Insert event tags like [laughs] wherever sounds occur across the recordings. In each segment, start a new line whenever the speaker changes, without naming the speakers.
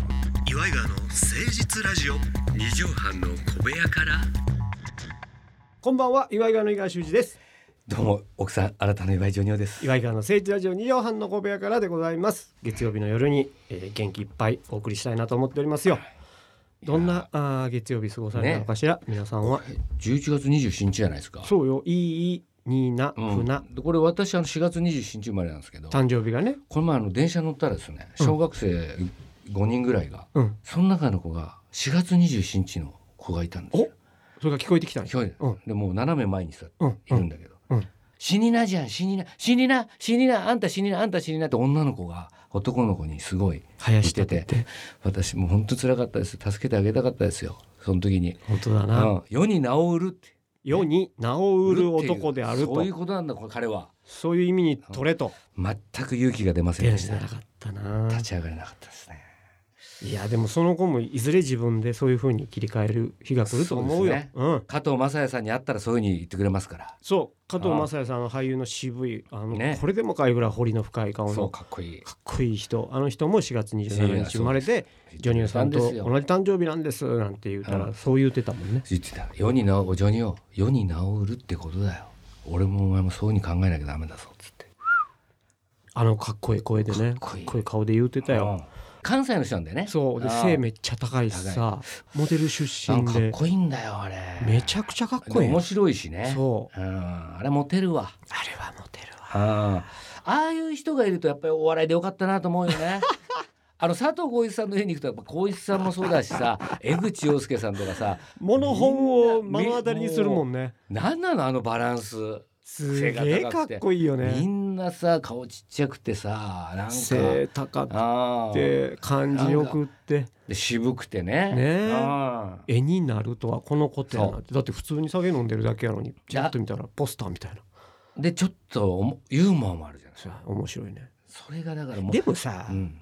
イガーの誠実ラジオ
二畳半の小部屋から
こんばんは岩井川の井川修司です
どうも奥さん新たな岩井ジョニオです
岩井川の聖地ラジオ二畳半の小部屋からでございます月曜日の夜に、えー、元気いっぱいお送りしたいなと思っておりますよどんなあー月曜日過ごされたのかしら、皆さんは
11月27日じゃないですか
そうよいいになふ
うん
な、
でこれ私あの4月27日生まれなんですけどこ
誕生日がね
の前あの電車乗ったらですね小学生5人ぐらいが、
うん
その中の子が4月27日の子がいたんですよ
それが聞こえてきたんです
ひょいで,、
うん
もう斜め前に座って
うん
いるんだけど、
うん
死になじゃん死にな死にな死になあんた死になあんた死になって女の子が男の子にすごい
林
し
立
て
て
て
て
私もう本当辛かったです助けてあげたかったですよその時に、
本当だ
う
な、
ん、世に名を売るって
世に名を売る男であると
そ
そうう
い
いうう
ことなんだこれ彼は
意味に取れと
全く勇気が出ませんで
出る
し
じ
た
ゃなかったな
立ち上がれなかったですね
いやでもその子もいずれ自分でそういう風に切り替える日が来ると思うよ
そうですね
うん
加藤雅也さんに会ったらそういうふうに言ってくれますから
そう加藤雅也さんの俳優の渋いあの、
ね
これでもかいぐらい彫りの深い顔
そう
の
かっこいい
かっこいい人あの人も4月27日生まれてジョニオさんと同じ
言
誕生日なんですなんて言った
う
ら
ん
そう言ってたもん
っ
ね
てた世に名をジョニオ世に名を売るってことだよ俺もお前もそういうふうに考えなきゃダメだぞっつって
あのかっこいい声でね
かっこいい
かっこいい顔で言ってたよ
うん関西の人なんだよね
そうで
あー
背めっちゃ高いしさモデル出
なん
身
かかっ
で
こいいんだよあれ
めちゃくちゃかっこいい
面白いしね、
そう
ん、あれモテるわ
あれはモテるわ
ああいう人がいるとやっぱりお笑いでよかったなと思うよ
[laughs]
ね。あの佐藤浩市さんの家に行くとやっぱ浩市さんもそうだし
[laughs]
さ江口洋介さんとかさ
モノ本を
みんな
目の当たりにするもんね
何なのあのバランス、
すげえかっこいいよ
み
ね
んなさ顔ちっちゃくてさなんか
背高く
あー
て感じよくって
で渋くてね。
ねえ
あー
絵になるとはこのことやなってだって普通に酒飲んでるだけやのにちょっと見たらポスターみたいな
でちょっとおもユーモアもあるじゃない
それは面白いね
それがだからもう
でもさ、
うん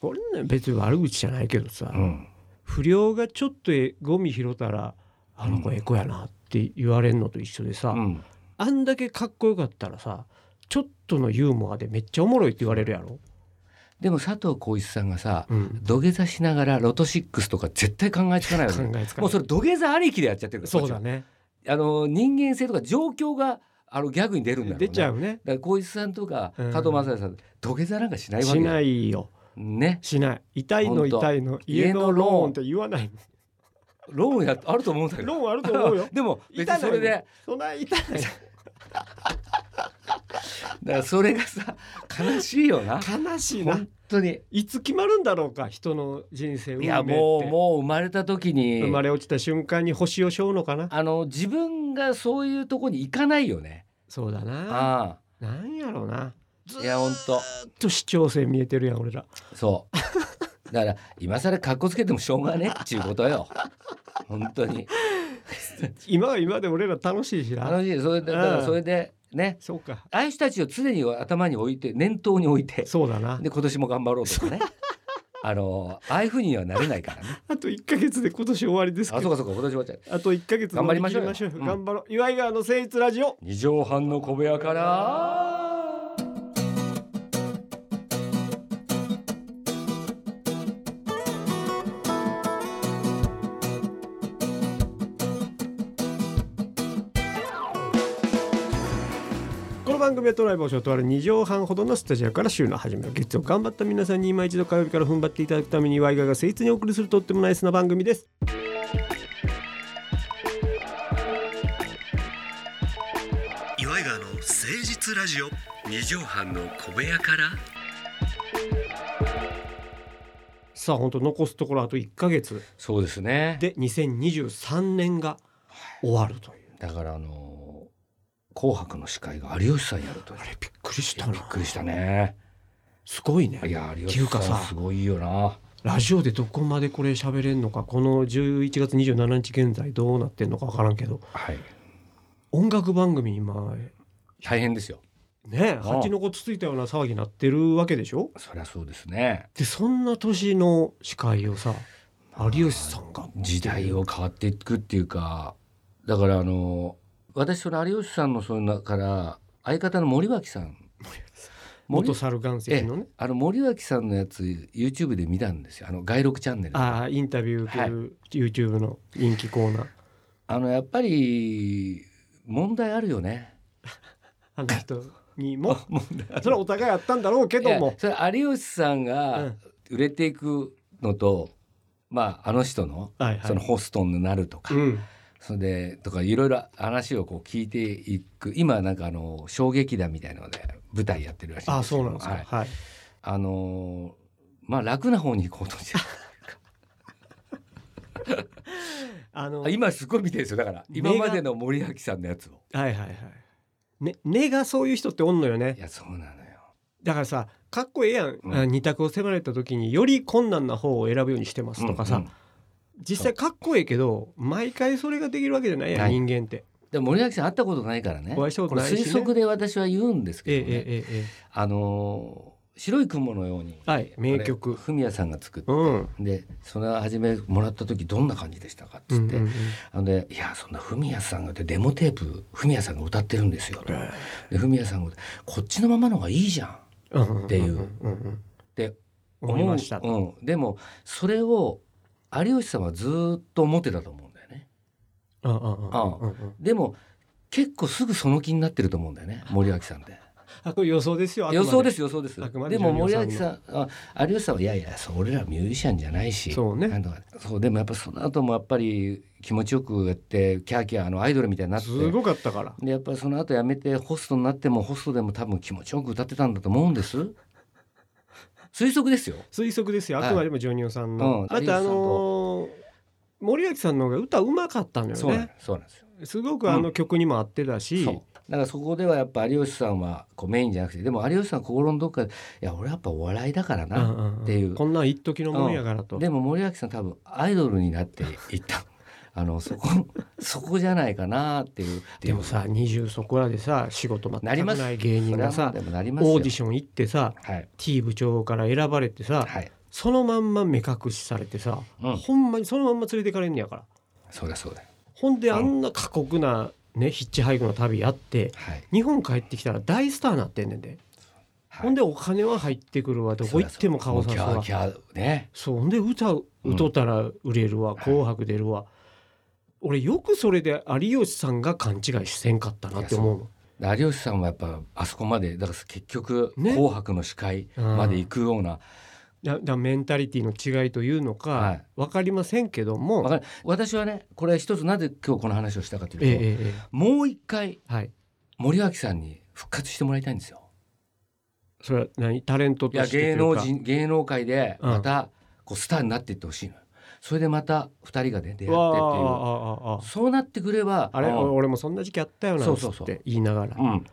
これね別に悪口じゃないけどさ、
うん、
不良がちょっとえゴミ拾ったら「あの子エコやな」って言われんのと一緒でさ、
うん、
あんだけかっこよかったらさちょっとのユーモアでめっちゃおもろいって言われるやろ、
でも佐藤浩市さんがさ、
うん、
土下座しながらロト6とか絶対考えつかないよね。
考えつか
も
な
うそ
い
れ土下座ありきでやっちゃってるから
そうだね
あの人間性とか状況があのギャグに出るんだろうね
出ちゃう
だ
ね
から光一さんとか
うん
加藤正也さん、土下座なんかしないわけ
しないいよ
ね
しない痛いの
ほんと
痛いの
家
家
の
の
ローン
ローンって言わない
ローンやあると思うんだけど
ローンあると思うよ
[laughs] でも別に
痛いの
それで
そんな痛い
だからそれがさ悲しいよな
悲しいな
本当に
いつ決まるんだろうか人の人生運
い
命って
やもうもう生まれた時に
生まれ落ちた瞬間に星を背負うのかな
あの自分がそういうとこに行かないよね
そうだな
あ
なんやろうな
あいや本当
ずっと視聴性見えてるやん俺ら
そう
[laughs]
だから今更かっこつけてもしょうがねえっちゅうことよ本当に
今は今で俺ら楽しいしな
楽しいそれでだからそれでね
そうか
ああいう人たちを常に頭に置いて念頭に置いて
そうだな
で今年も頑張ろうとか
[laughs]
ねあのああいうふうにはなれないからね
あと1か月で今年終わりです
あ
け
そうかそ
ど
うか今年もちゃう
あと1か月
頑張りましょうよ
乗切
うん
頑張ろう岩井川の誠実ラジオ
二畳半の小部屋から
この番組は都内某所とある2畳半ほどのスタジオから週の初めの月曜頑張った皆さんに今一度火曜日から踏ん張っていただくために岩井川が誠実にお送りするとってもナイスな番組です
岩井川の誠実ラジオ
二畳半の小部屋から
さあ本当残すところあと1か月
そうですね
で2023年が終わるという
だからあの紅白の司会が有吉さんやるという
あれびっくりし
いや
た
び
な
っくりしたね
すごいね
いや有
ってい
吉
うか
さん
さ
すごいよな
ラジオでどこまでこれ喋れんのかこの11月27日現在どうなってんのか分からんけど
はい
音楽番組今
大変ですよ
ね
ああ
蜂の子つついたような騒ぎになってるわけでしょ
そりゃそうですね
でそんな年の司会をさ有吉さんが
時代を変わっていくっていうかだからあの私その有吉さんのそういうのから相方の森脇さん森
元猿岩石のね
ええあの森脇さんのやつ YouTube で見たんですよあの外録チャンネルで
ああインタビュー受ける YouTube の人気コーナー
あのやっぱり問題あるよね。
あの人
[laughs]
にも
問題
それはお互いあったんだろうけど
いや
も
それ有吉さんが売れていくのと、まああの人の
はいはい
そのホストになるとか、
うん
それでとかいろいろ話をこう聞いていく今なんかあの衝撃団みたいので舞台やってるらしい
ああ
ですけ
そ
ど
うなんです
はい
かはい
あのーまあ楽な方に行こうと
[laughs]
してる
あの
あ今すごい見てるんですよだから今までの森脇さんのやつを
はいはいはい。ね、根がそういう人っておんのよ
い
ね。
やそうなのよ
だからさ、かっこええやん。
うん
あ二択を迫られた時により困難な方を選ぶようにしてますとかさ、
うんうん
実際かっこええけど、毎回それができるわけじゃないやん、
はい
人間って。
でも森脇さん会ったことないからね
お会いしたことないしね
これ推測で私は言うんです
ええ
けど、ね
ええええ
あのー白い雲のように」、
はい、名曲。
フミヤさんが作って、
うん。
でそれを初めもらった時どんな感じでしたかっ
う
つっ
ん
て、
うん
あのねいやそんなフミヤさんがってデモテープフミヤさんが歌ってるんですよ」でフミヤさんが「こっちのままのがいいじゃん」
うん
っていう
うんうんうん
で
思いました。
う、うん、でもそれを有吉さんはずーっと思ってたと思うんだよね
うんうんうんうんうん
でも結構すぐその気になってると思うんだよね森脇さんって
あ、これ予想ですよ。。
予想ですす予想です
あくま
で
で
も
女優
森
さんの
脇さんあ有吉さんはいやいやそう俺らミュージシャンじゃないし
そうね
なんとかそうでもやっぱその後もやっぱり気持ちよくやってキャーキャーあのアイドルみたいになって
すごかったから。
でやっぱりその後やめてホストになってもホストでも多分気持ちよく歌ってたんだと思うんです推測ですよ
推測ですよ。
は
あ
い
くまでもジョニオさんの。
うん
だってあのー森脇さんの方が歌うまかったのよ
そう
ね
なん。そうなんですよ
すごくあの曲にも合ってたし、
そうだからそこではやっぱ有吉さんはこうメインじゃなくてでも有吉さんは心のどっかでいや俺やっぱお笑いだから
うん
な、
うんうん
っていう
こんなん一時のもんやからと、
でも森脇さん多分アイドルになっていった [laughs] あのそこそこじゃないかなっていう
でもさ20そこらでさ仕事全
なり
く
ま
な
す
い芸人が
それは
さ
でもなりますよ
オーディション行ってさ
はい、
T 部長から選ばれてさ、
はい、
そのまんま目隠しされてさ、
うん
ほんまにそのまんま連れてかれんねやから
そうだそうだ
ほんであんな過酷なねヒッチハイクの旅やって
はい、
日本帰ってきたら大スターなってんねんで、
はい、
ほんでお金は入ってくるわどこ行っても顔さす
も
わ
うキャーキャーね
そうほんで歌う
うん
歌ったら売れるわ「
い
紅白」出るわ、俺よくそれで有吉さんが勘違いしてんかったなって思う
有吉さんはやっぱあそこまでだから結局「
ね
紅白」の司会まで行くような、
だだメンタリティの違いというのか、
はい
分かりませんけど
わ
も
かる私はねこれ一つなぜ今日この話をしたかというと、
えええええ
もう一回
えはい
森脇さんに復活してもらいたいんですよ。
それは何タレント
い
と
や
して
芸能
というか
人芸能界で
うん
またこうスターになっていってほしいのよ。それでまた二人がね出会ってっていう
わあああああ
そうなってくれば
あれ
うん
俺もそんな時期あったよな
そ
っ
う
つ
そう
っ
そう
て言いながら
うん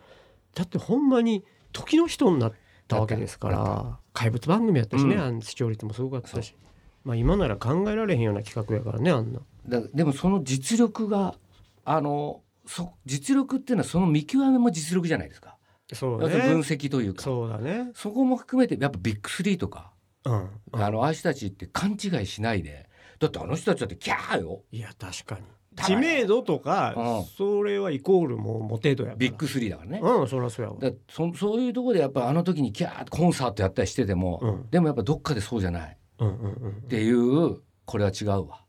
だってほんまに時の人になったわけですか
だっ
ら怪物番組やったしね、
うん
あの視聴率もすごかったし、まあ、今なら考えられへんような企画やからねあんな。
だでもその実力があのそ実力っていうのはその見極めも実力じゃないですか。
そう
要するに分析というかそ
そうだね。
こも含めてやっぱビッグスリーとか、
うん。
あのああいう人たちって勘違いしないでだってあの人たちだってキャーよ
いや確かに。
だか
知
ら
名度とか、
うん
それはイコールもうモテ度やから。
ビッグスリーだからね。
うん、そらそうやわ。
だそそういうところでやっぱあの時にキャーってコンサートやったりしてても、
うん
でもやっぱどっかでそうじゃない
うんうんうん
っ。ていうこれは違うわっ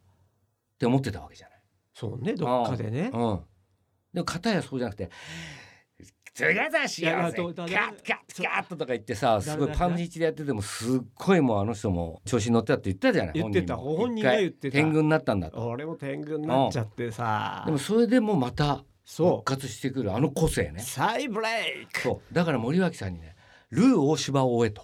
て思ってたわけじゃない。
そうね、どっかでね。
うん、でも片やそうじゃなくて「ズガザし
い
よ
や
うぜ
と
カ
だ
ッ
だ
カッカッ」とか言ってさすごい
だだ
パンチでやっててもすっごいもうあの人も調子に乗ってたって言ったじゃない
言ってた
も
本人が言ってた
一回天狗になったんだと
俺も天狗になっちゃってさ。
でもそれでもまた復
そ
活してくるあの個性
う。
ね
再ブレイク。
そうだから森脇さんにね「ルー大芝を追え」と。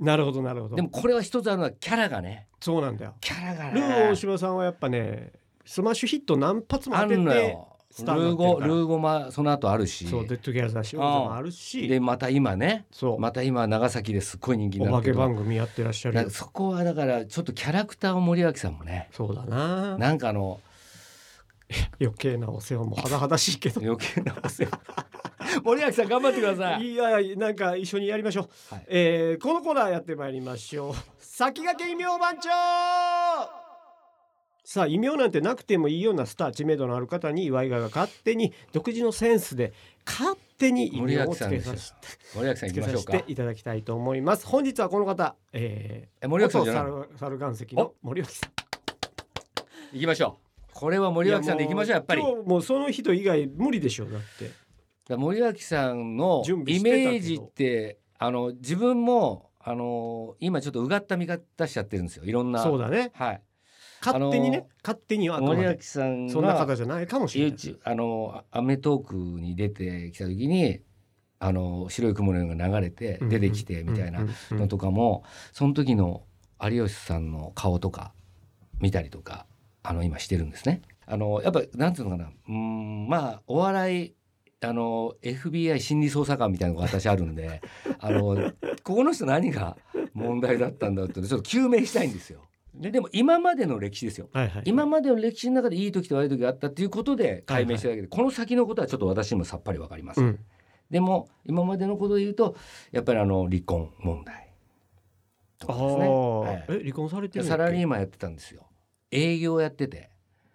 なるほどなるほど。
でもこれは一つあるのはキャラがね
そうなんだよ。
キャラがね
ルー大島さんはやっぱね、スマッシュヒット何発も
あ
当て
んの
て、
よル
スターにな
ー
ってる
ゴ
から
ルーゴマその後あるし
そうデッドギャザーしようもある
で
し、
また今ね
そう、
また今長崎ですっごい人気に
お
な
化
って
け
る
番組やってらっしゃる
だ
よ
から。そこはだからちょっとキャラクターを森脇さんもね
そうだな。
なんかあの
余計なお世話も甚だしいけど。
余計なお世話
[laughs]
森脇さん頑張ってください、
いやいやなんか一緒にやりましょう、
はい
えーこ [laughs] のコーナーやってまいりましょう先駆け異名番長さあ異名なんてなくてもいいようなスター知名度のある方に岩井川が勝手に独自のセンスで勝手に異名をつけさせ
森脇さん行き
つけ
ま
さ
しょう
せ
か
ていただきたいと思います本日はこの方、え
え
ー、
森脇さんじゃない
元猿猿岩石の森脇さん
行きましょうこれは森脇さんで行きましょうやっぱり
いもう今日もうその人以外無理でしょうだって
だから森脇さんの
準備
イ
してたけど
メージってあの自分もあの今ちょっとうがった見方しちゃってるんですよいろんな
そうだね
はい
勝手にね、
あのー
勝手にはあくま
森
で
脇さん
そんな
が
方じゃないかもしれない
YouTube あのアメトークに出てきた時にあの白い雲のようが流れて出てきてみたいな
うんうんう
の
ん
とかもその時の有吉さんの顔とか見たりとかあの今してるんですね。あのやっぱなんていうのかなうーんまあお笑いあの FBI 心理捜査官みたいなのが私あるんで [laughs] あのここの人何が問題だったんだっていうのをちょっと究明したいんですよ。
ね
でも今までの歴史ですよ。
はいはい
今までの歴史の中でいい時と悪い時があったっていうことで解明してるだけで、この先のことはちょっと私にもさっぱりわかりませ。
うんん
でも今までのことで言うとやっぱりあの離婚問題とかですね、
ああー、
はい
え離婚されてるんだ
サ
っ
ラ
け
リーマンやってたんですよ営業やってて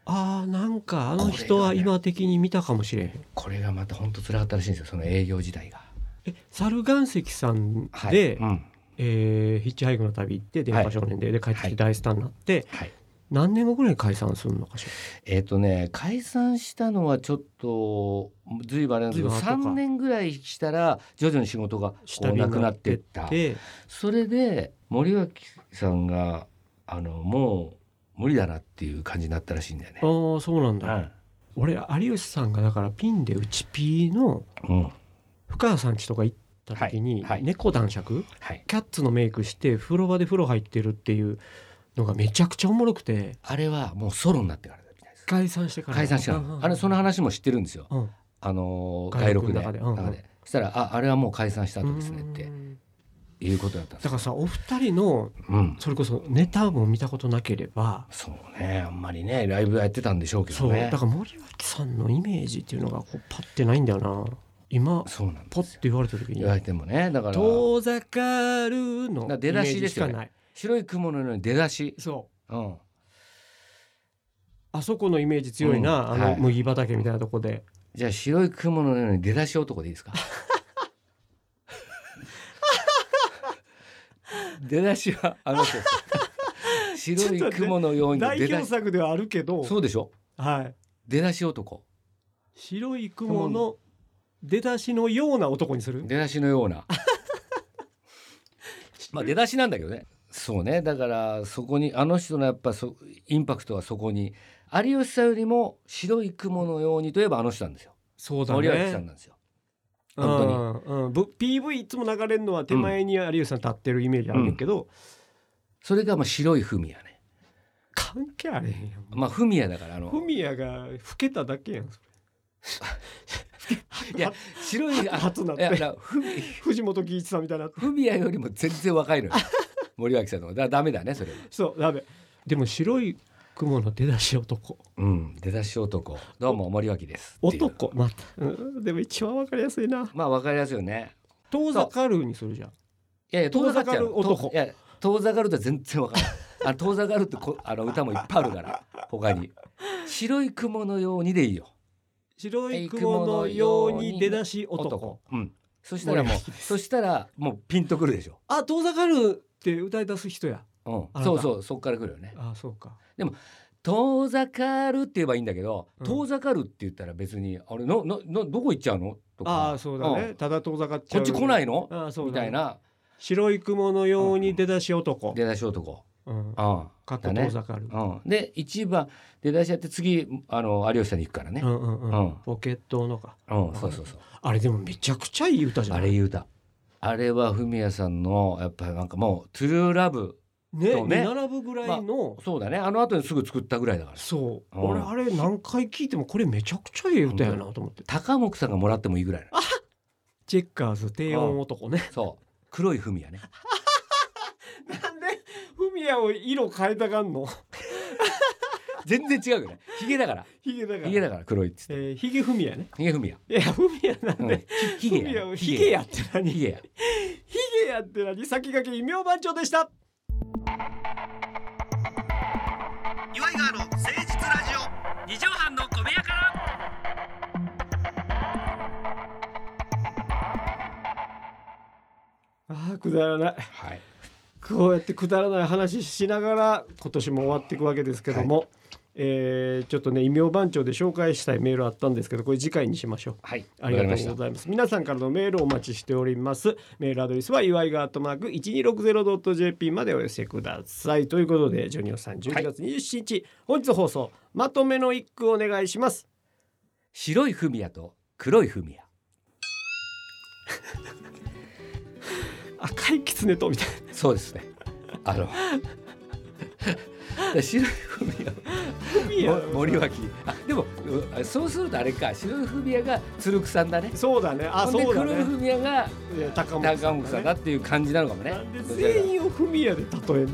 あーなんかあの人は今的に見たかもしれへん
これがまた本当辛かったらしいんですよその営業時代が。
え猿岩石さんで、
はいうん
えーヒッチハイクの旅行って電波少年で,、で帰ってき
は
て
い
大スターになって、
はい、
何年後ぐらいに解散するのかし
えっ、とね解散したのはちょっとずいぶんあれなんですけど
随分後か
3年ぐらいしたら徐々に仕事がこ
ら
うなくなっていっ
下
た
火になってって
それで森脇さんがあのもう無理だなっていう感じになったらしいんだよね
あ。あそうなん
う
だ、
ん
俺有吉さんがだからピンでうちピーの
うん
深川さん家とか行った時に、
はいはい
猫男爵
はい
キャッツのメイクして風呂場で風呂入ってるっていうのがめちゃくちゃおもろくて
あれはもうソロになってからだみたいです。
解散してから
解散した
うんうんう
の。
ん
あれその話も知ってるんですよ。
うん
あのー
外
外
録
録
の
で。
中で
中で。
うんうん
そしたらああれはもう解散した後ですねっ
う
て
ん
いうことだったんですよ。
だからさお二人の
うん。
それこそネタも見たことなければ
そうね。あんまりねライブやってたんでしょうけ
そ
ど
うだ
ね
か。ら森脇さんのイメージっていうのがこうパッてないんだよな今
そうなん
ポ
で
ッ
す
て
よ。
言われた時に
言われてもねだか
「
ら
遠ざかる」
だか
の
ら出だしですよね
イメージしかない
白い雲のように出だし。
そう
うん。
あそこのイメージ強いな、
うん
あ
は
の
い
麦畑みたいなとこで
じゃあ白い雲のように出だし男でいい
[laughs]
ですか。出だしはあの人です。
[laughs]
白い雲のように
代
出だ
表
し。
作ではあるけど
そうでしょ
はい
出だし男
白い雲の出だしのような男にする
出だしのような [laughs] まあ出だしなんだけどねそうねだからそこにあの人のやっぱそインパクトはそこに有吉さんよりも白い雲のようにといえばあの人なんですよ、
そうだね
森脇さんなんですよ
うん
本
うん、ぶ PV いつも流れるのは手前に有吉さん立ってるイメージあるけど、
それがまあ白い文也ね
関係あれへんやん
まあ文也だからあの
フミヤが老けただけやんそれ
いや白いあ
初なっ
いやだか
て
ら文
藤本喜一さんみたいになって
文也よりも全然若い [laughs] のよ森脇さんの方がだからダメだねそれは
そうダメでも白い雲の出だし男
うん出だし男どうも森脇ですっていう
男また、うん、でも一番わかりやすいな
まあわかりやすいよね
遠ざかるにするじゃん
いやいや遠ざかっちゃう
遠ざかる男
といや遠ざかるとは全然わからないあ遠ざかるってこあの歌もいっぱいあるから他に白い雲のようにでいいよ
白い雲のように出だし男
うんそしたらも
森
う
脇です
そしたらもうピンとくるでしょ
あ遠ざかるって歌い出す人や
う
あなんた
そうそうそっからくるよね
あそうか
遠ざかるって言えばいいんだけど
うん
遠ざかるって言ったら別にあれのののどこ行っちゃうのと
あ
か
そうだね、ただ遠ざかっち
こ
ゃう
っち来ないいの
あそう
み
だね
たいな
白い雲のように出だし男、
出だし男
うん、か
ああ
っこ遠ざかる、
うんで一番出だしやって次あの有吉さんに行くからね
うんうんうん
うん
ポケットのか
うんそうそうそう
あれでもめちゃくちゃいい歌じゃ
あ
ない
れ言うた。あれはフミヤさんのやっぱりなんかもうトゥルーラブ
ね
そうね
見並ぶぐらいの、
そうだねあの後にすぐ作ったぐらいだから
そ
う
う、
ん
俺あれ何回聞いてもこれめちゃくちゃいい歌やなと思って、
高木さんがもらってもいいぐらいの
チェッカーズ低音男ね、
そう黒いフミヤね
なんでフミヤを色変えたがんの
全然違うよねヒゲだから
ヒゲだから
ヒゲだから黒いっつって
えー、ヒゲフミヤね
ヒゲフミヤ
いやフミヤなん
うん
で、
ヒ
フ
ゲ
ミヤ
や
を
ね
ヒゲやって何
ヒゲや
ヒゲやって何先駆け異名番長でした
岩井川の誠実ラジオ
二畳半の小部屋から
ああくだらない
はい。
こうやってくだらない話しながら今年も終わっていくわけですけども、えーちょっとね異名番長で紹介したいメールあったんですけどこれ次回にしましょう。
はい。
ありがとう
わ
ご
か
ざ
りまし
います。皆さんからのメールをお待ちしております。メールアドレスは祝いがアットマーク 1260.jp までお寄せください。ということで、ジョニオさん、12月27日、本日放送、まとめの一句お願いします。
た白いフミヤと黒いフミヤ。
赤い狐とみたい
そうですね。あ
[laughs]
の。白いフミヤ。
な。
も森脇。あ、でも、うあそうするとあれか、白いフミヤが鶴久さんだね。
そうだね。あ、
ほんで
そうだ
黒い
ね。
フミヤが
いや高本
高本さんだっていう感じなのかもね。
なんで全員をフミヤで例えるのよ。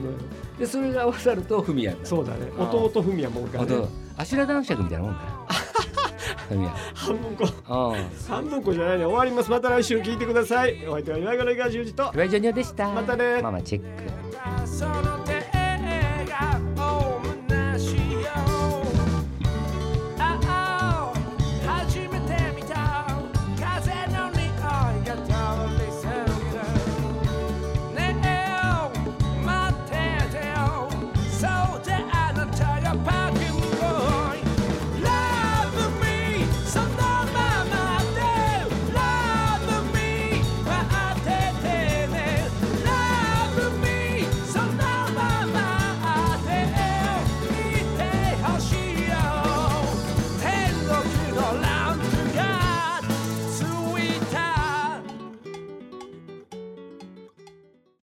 で、それが合わさるとフミヤになる。
そうだね。
あー
弟フミヤもおるか
あ
らね
と。、あしら男爵みたいなもんだな。
[laughs]
フミヤ。
半分こ。
うん。
三分こじゃないね。終わります。また来週聞いてください。お相手は岩井がの井川修司と。
岩井ジョニオでした。
またね
ママチェック。
その